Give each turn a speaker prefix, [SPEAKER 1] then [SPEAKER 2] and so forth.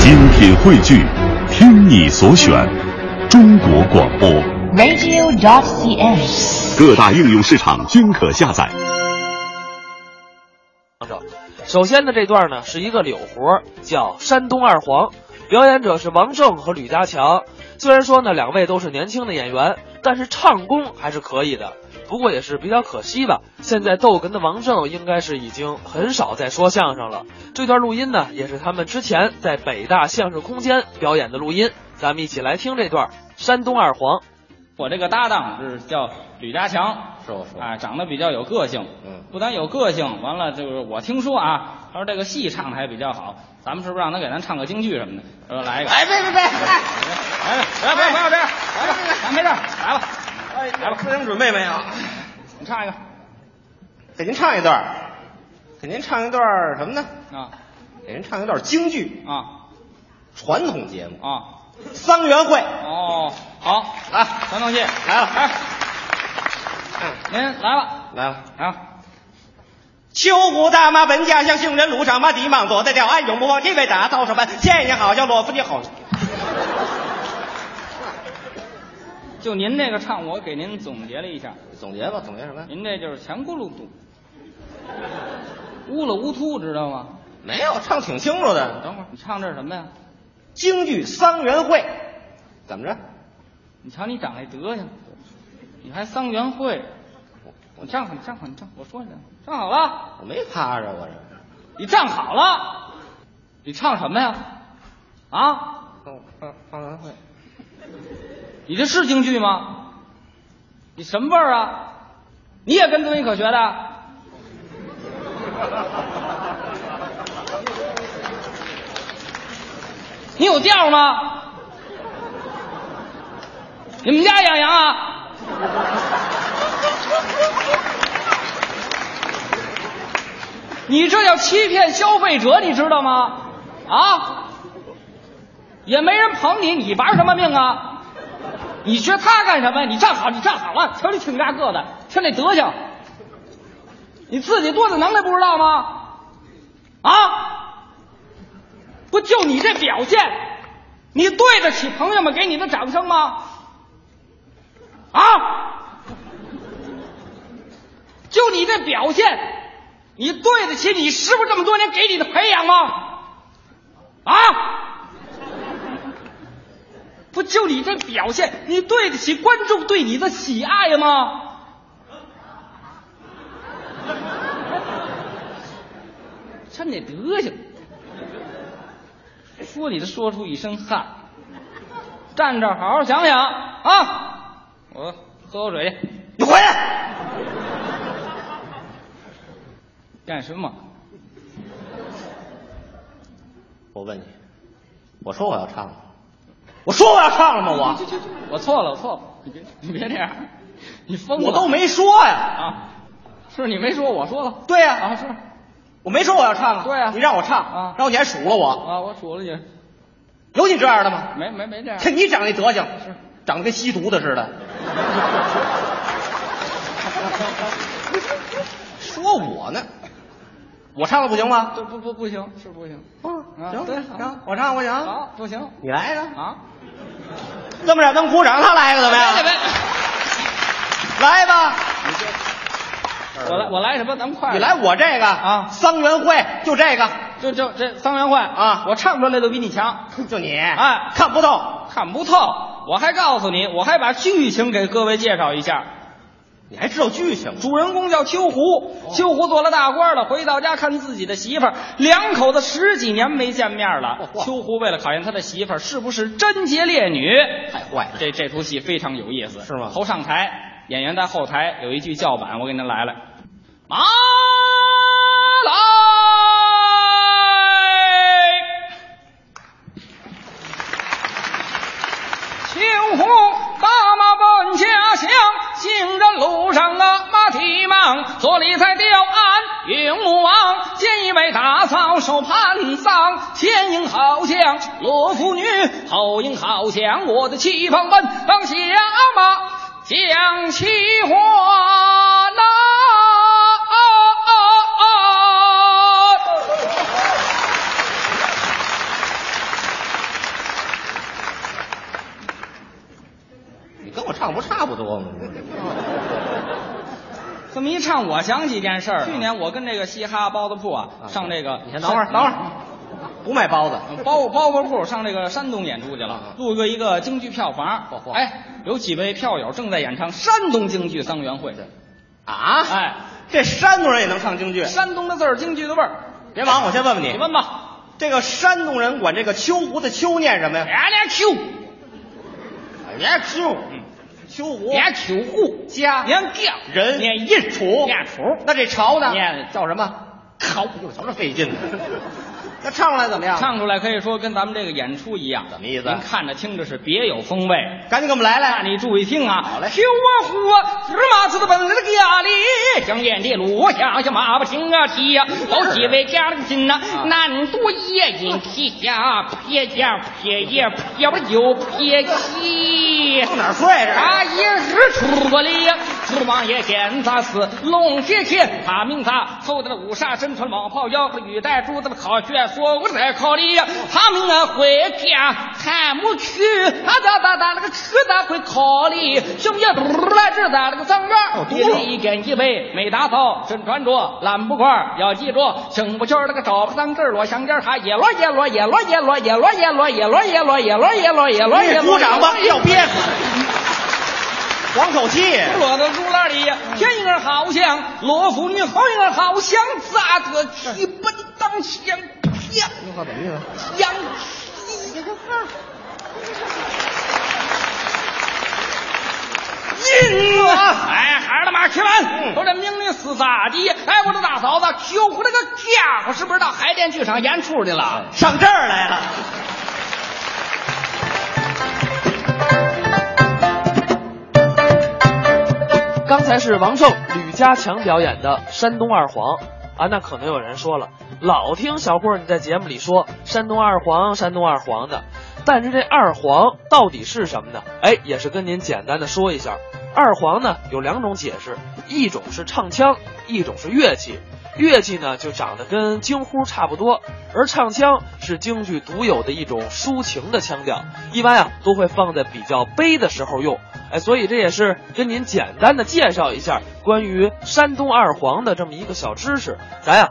[SPEAKER 1] 精品汇聚，听你所选，中国广播。
[SPEAKER 2] radio.cn。
[SPEAKER 1] 各大应用市场均可下载。
[SPEAKER 3] 首先呢，这段呢是一个柳活儿，叫《山东二黄》，表演者是王正和吕家强。虽然说呢，两位都是年轻的演员，但是唱功还是可以的。不过也是比较可惜吧，现在逗哏的王正应该是已经很少在说相声了。这段录音呢，也是他们之前在北大相声空间表演的录音，咱们一起来听这段《山东二黄》。
[SPEAKER 4] 我这个搭档是叫吕家强，
[SPEAKER 5] 嗯是我说，
[SPEAKER 4] 啊，长得比较有个性，
[SPEAKER 5] 嗯
[SPEAKER 4] 不但有个性，完了就是我听说啊，他说这个戏唱的还比较好，咱们是不是让他给咱唱个京剧什么的？他说来一个，
[SPEAKER 5] 哎，别别别，哎，
[SPEAKER 4] 来吧，来吧，不要这样，来吧，咱没事儿，来吧，
[SPEAKER 5] 哎，来吧，思想准备没有？
[SPEAKER 4] 你唱一个
[SPEAKER 5] 给您唱一段儿，给您唱一段儿什么呢？
[SPEAKER 4] 啊
[SPEAKER 5] 给您唱一段儿京剧
[SPEAKER 4] 啊
[SPEAKER 5] 传统节目
[SPEAKER 4] 啊，
[SPEAKER 5] 《桑园会》
[SPEAKER 4] 哦，好，
[SPEAKER 5] 啊，
[SPEAKER 4] 传统戏
[SPEAKER 5] 来了嗯
[SPEAKER 4] 哎，您来了
[SPEAKER 5] 来了。
[SPEAKER 4] 啊。
[SPEAKER 5] 秋谷大妈本家乡，杏仁路上妈地莽躲得掉，安永不忘地位打造什么？见也好像裸夫你好。
[SPEAKER 4] 就您这个唱，我给您总结了一下，
[SPEAKER 5] 总结吧，总结什么？
[SPEAKER 4] 您这就是前轱辘肚，乌了乌秃，知道吗？
[SPEAKER 5] 没有，唱挺清楚的。
[SPEAKER 4] 等会儿你唱这是什么呀？
[SPEAKER 5] 京剧《桑园会》，怎么着？
[SPEAKER 4] 你瞧你长这德行，你还桑园会？你站好，你站好，你站，我说你站好，站好了，
[SPEAKER 5] 我没趴着，我这。
[SPEAKER 4] 你站好了，你唱什么呀？啊，
[SPEAKER 5] 哦，桑桑园会。
[SPEAKER 4] 你这是京剧吗？你什么味儿啊？你也跟敦义可学的？你有调吗？你们家养羊啊？你这叫欺骗消费者，你知道吗？啊，也没人捧你，你玩什么命啊？你学他干什么呀？你站好，你站好了，瞧你挺大个子，瞧那德行，你自己多大能耐不知道吗？啊，不就你这表现，你对得起朋友们给你的掌声吗？啊，就你这表现，你对得起你师傅这么多年给你的培养吗？啊！不就你这表现，你对得起观众对你的喜爱吗？趁这德行，说你这说出一身汗。站这儿好好想想啊！我喝口水去。
[SPEAKER 5] 你回来。
[SPEAKER 4] 干什么？
[SPEAKER 5] 我问你，我说我要唱了，我说我要唱了吗？我
[SPEAKER 4] 我错了，我错了，你别你别这样，你疯了！
[SPEAKER 5] 我都没说呀，
[SPEAKER 4] 啊，是你没说，我说了。
[SPEAKER 5] 对呀
[SPEAKER 4] 啊是
[SPEAKER 5] 我没说我要唱啊。
[SPEAKER 4] 对呀
[SPEAKER 5] 你让我唱
[SPEAKER 4] 啊
[SPEAKER 5] 然后你还数落我，
[SPEAKER 4] 啊，我数了你，
[SPEAKER 5] 有你这样的吗？
[SPEAKER 4] 没没没这样。
[SPEAKER 5] 看你长那德行，长得跟吸毒的 似的。说我呢，我唱了不行吗？
[SPEAKER 4] 这不不不行，是不行。啊
[SPEAKER 5] 行
[SPEAKER 4] 对
[SPEAKER 5] 行，我唱我行，
[SPEAKER 4] 啊，不行
[SPEAKER 5] 你来一个，
[SPEAKER 4] 啊！
[SPEAKER 5] 这么着，咱们鼓掌，他来一个怎么
[SPEAKER 4] 别别
[SPEAKER 5] 样？
[SPEAKER 4] 别
[SPEAKER 5] 来吧，
[SPEAKER 4] 我来我来什么？咱们快
[SPEAKER 5] 你
[SPEAKER 4] 点
[SPEAKER 5] 来，我这个
[SPEAKER 4] 啊
[SPEAKER 5] 桑园会就这个，
[SPEAKER 4] 就就这桑园会
[SPEAKER 5] 啊
[SPEAKER 4] 我唱出来都比你强，
[SPEAKER 5] 就你，
[SPEAKER 4] 哎
[SPEAKER 5] 看不透，
[SPEAKER 4] 看不透。我还告诉你，我还把剧情给各位介绍一下。
[SPEAKER 5] 你还知道剧情？
[SPEAKER 4] 主人公叫秋胡，
[SPEAKER 5] 哦
[SPEAKER 4] 秋胡做了大官了，回到家看自己的媳妇儿，两口子十几年没见面了。
[SPEAKER 5] 嚯嚯
[SPEAKER 4] 秋胡为了考验他的媳妇儿是不是贞洁烈女，
[SPEAKER 5] 太坏了，
[SPEAKER 4] 这这出戏非常有意思，
[SPEAKER 5] 是吗
[SPEAKER 4] 头上台，演员在后台有一句叫板，我给您来来。马来，青湖大妈奔家乡，行人路上啊马蹄忙，左里在吊鞍云母王，见一位大嫂手盘桑，前迎后将罗妇女，后迎后将我的气方奔，当下马将其还呐。
[SPEAKER 5] 我唱不差不多吗？
[SPEAKER 4] 这么一唱，我想起一件事儿。去年我跟这个嘻哈包子铺啊， 上嗯这个
[SPEAKER 5] 你先等会儿，等会儿，不卖包子。
[SPEAKER 4] 啊包包子铺上这个山东演出去
[SPEAKER 5] 啊
[SPEAKER 4] 了，录过一个京剧票房。
[SPEAKER 5] 嚯嚯
[SPEAKER 4] 哎，有几位票友正在演唱山东京剧《桑园会》。
[SPEAKER 5] 啊，
[SPEAKER 4] 哎，
[SPEAKER 5] 这山东人也能唱京剧？
[SPEAKER 4] 山东的字儿，京剧的味儿。
[SPEAKER 5] 别忙，我先问问
[SPEAKER 4] 你
[SPEAKER 5] 你，
[SPEAKER 4] 问吧，
[SPEAKER 5] 这个山东人管这个秋胡的秋念什么呀？
[SPEAKER 4] 别来 Q，哎
[SPEAKER 5] 别秋，秋胡
[SPEAKER 4] 别 Q 户，
[SPEAKER 5] 家
[SPEAKER 4] 念调，
[SPEAKER 5] 人
[SPEAKER 4] 念一
[SPEAKER 5] 楚
[SPEAKER 4] 念楚，
[SPEAKER 5] 那这朝呢？
[SPEAKER 4] 念
[SPEAKER 5] 叫什么？考，有什么费劲的？那唱出来怎么样？，
[SPEAKER 4] 唱出来可以说跟咱们这个演出一样。
[SPEAKER 5] 怎啊么意思啊
[SPEAKER 4] 您看着听着是别有风味。
[SPEAKER 5] 赶紧给我们来
[SPEAKER 4] 那
[SPEAKER 5] 来。
[SPEAKER 4] 你注意听啊！
[SPEAKER 5] 好嘞
[SPEAKER 4] 修啊呼啊，日马子的本来的家里，香艳的路向下马不停啊蹄呀，有几位家的亲呐，
[SPEAKER 5] 啊
[SPEAKER 4] 难度夜饮披霞，撇家撇夜撇不酒撇西。
[SPEAKER 5] 到哪儿睡这？
[SPEAKER 4] 他也是出过力，楚王爷见他死，龙谢谢他命他后头的五杀身穿蟒袍腰，雨带珠子的考卷说我在考里，他命俺回家看不去，啊哒哒哒那个吃咱会考里，兄弟嘟来这咱那个脏
[SPEAKER 5] 哦
[SPEAKER 4] 辫，
[SPEAKER 5] 多
[SPEAKER 4] 一
[SPEAKER 5] 了
[SPEAKER 4] 人一点一杯没打扫，真穿着懒不块儿，要记住，请不圈那个找不上这儿罗香尖他也罗也罗也罗也罗也罗也罗也罗也罗也罗也罗也罗也
[SPEAKER 5] 你哎鼓掌
[SPEAKER 4] 哎
[SPEAKER 5] 吧，要憋死。黄口气，
[SPEAKER 4] 我的猪那里，天婴儿好像罗福女，后婴儿好像咋的气奔当前飘扬起。硬啊！哎，孩儿他妈吃完，我这命里死咋的？哎，我这大嫂子，就我这个家伙，是不是到海淀剧场演出去了？
[SPEAKER 5] 上这儿来了。
[SPEAKER 3] 刚才是王正、吕家强表演的《山东二黄》啊，那可能有人说了，老听小霍儿你在节目里说山东二黄、山东二黄的，但是这二黄到底是什么呢？哎，也是跟您简单的说一下，二黄呢有两种解释，一种是唱腔，一种是乐器。乐器呢就长得跟京呼差不多，而唱腔是京剧独有的一种抒情的腔调，一般啊都会放在比较悲的时候用。哎，所以这也是跟您简单的介绍一下关于山东二黄的这么一个小知识。咱呀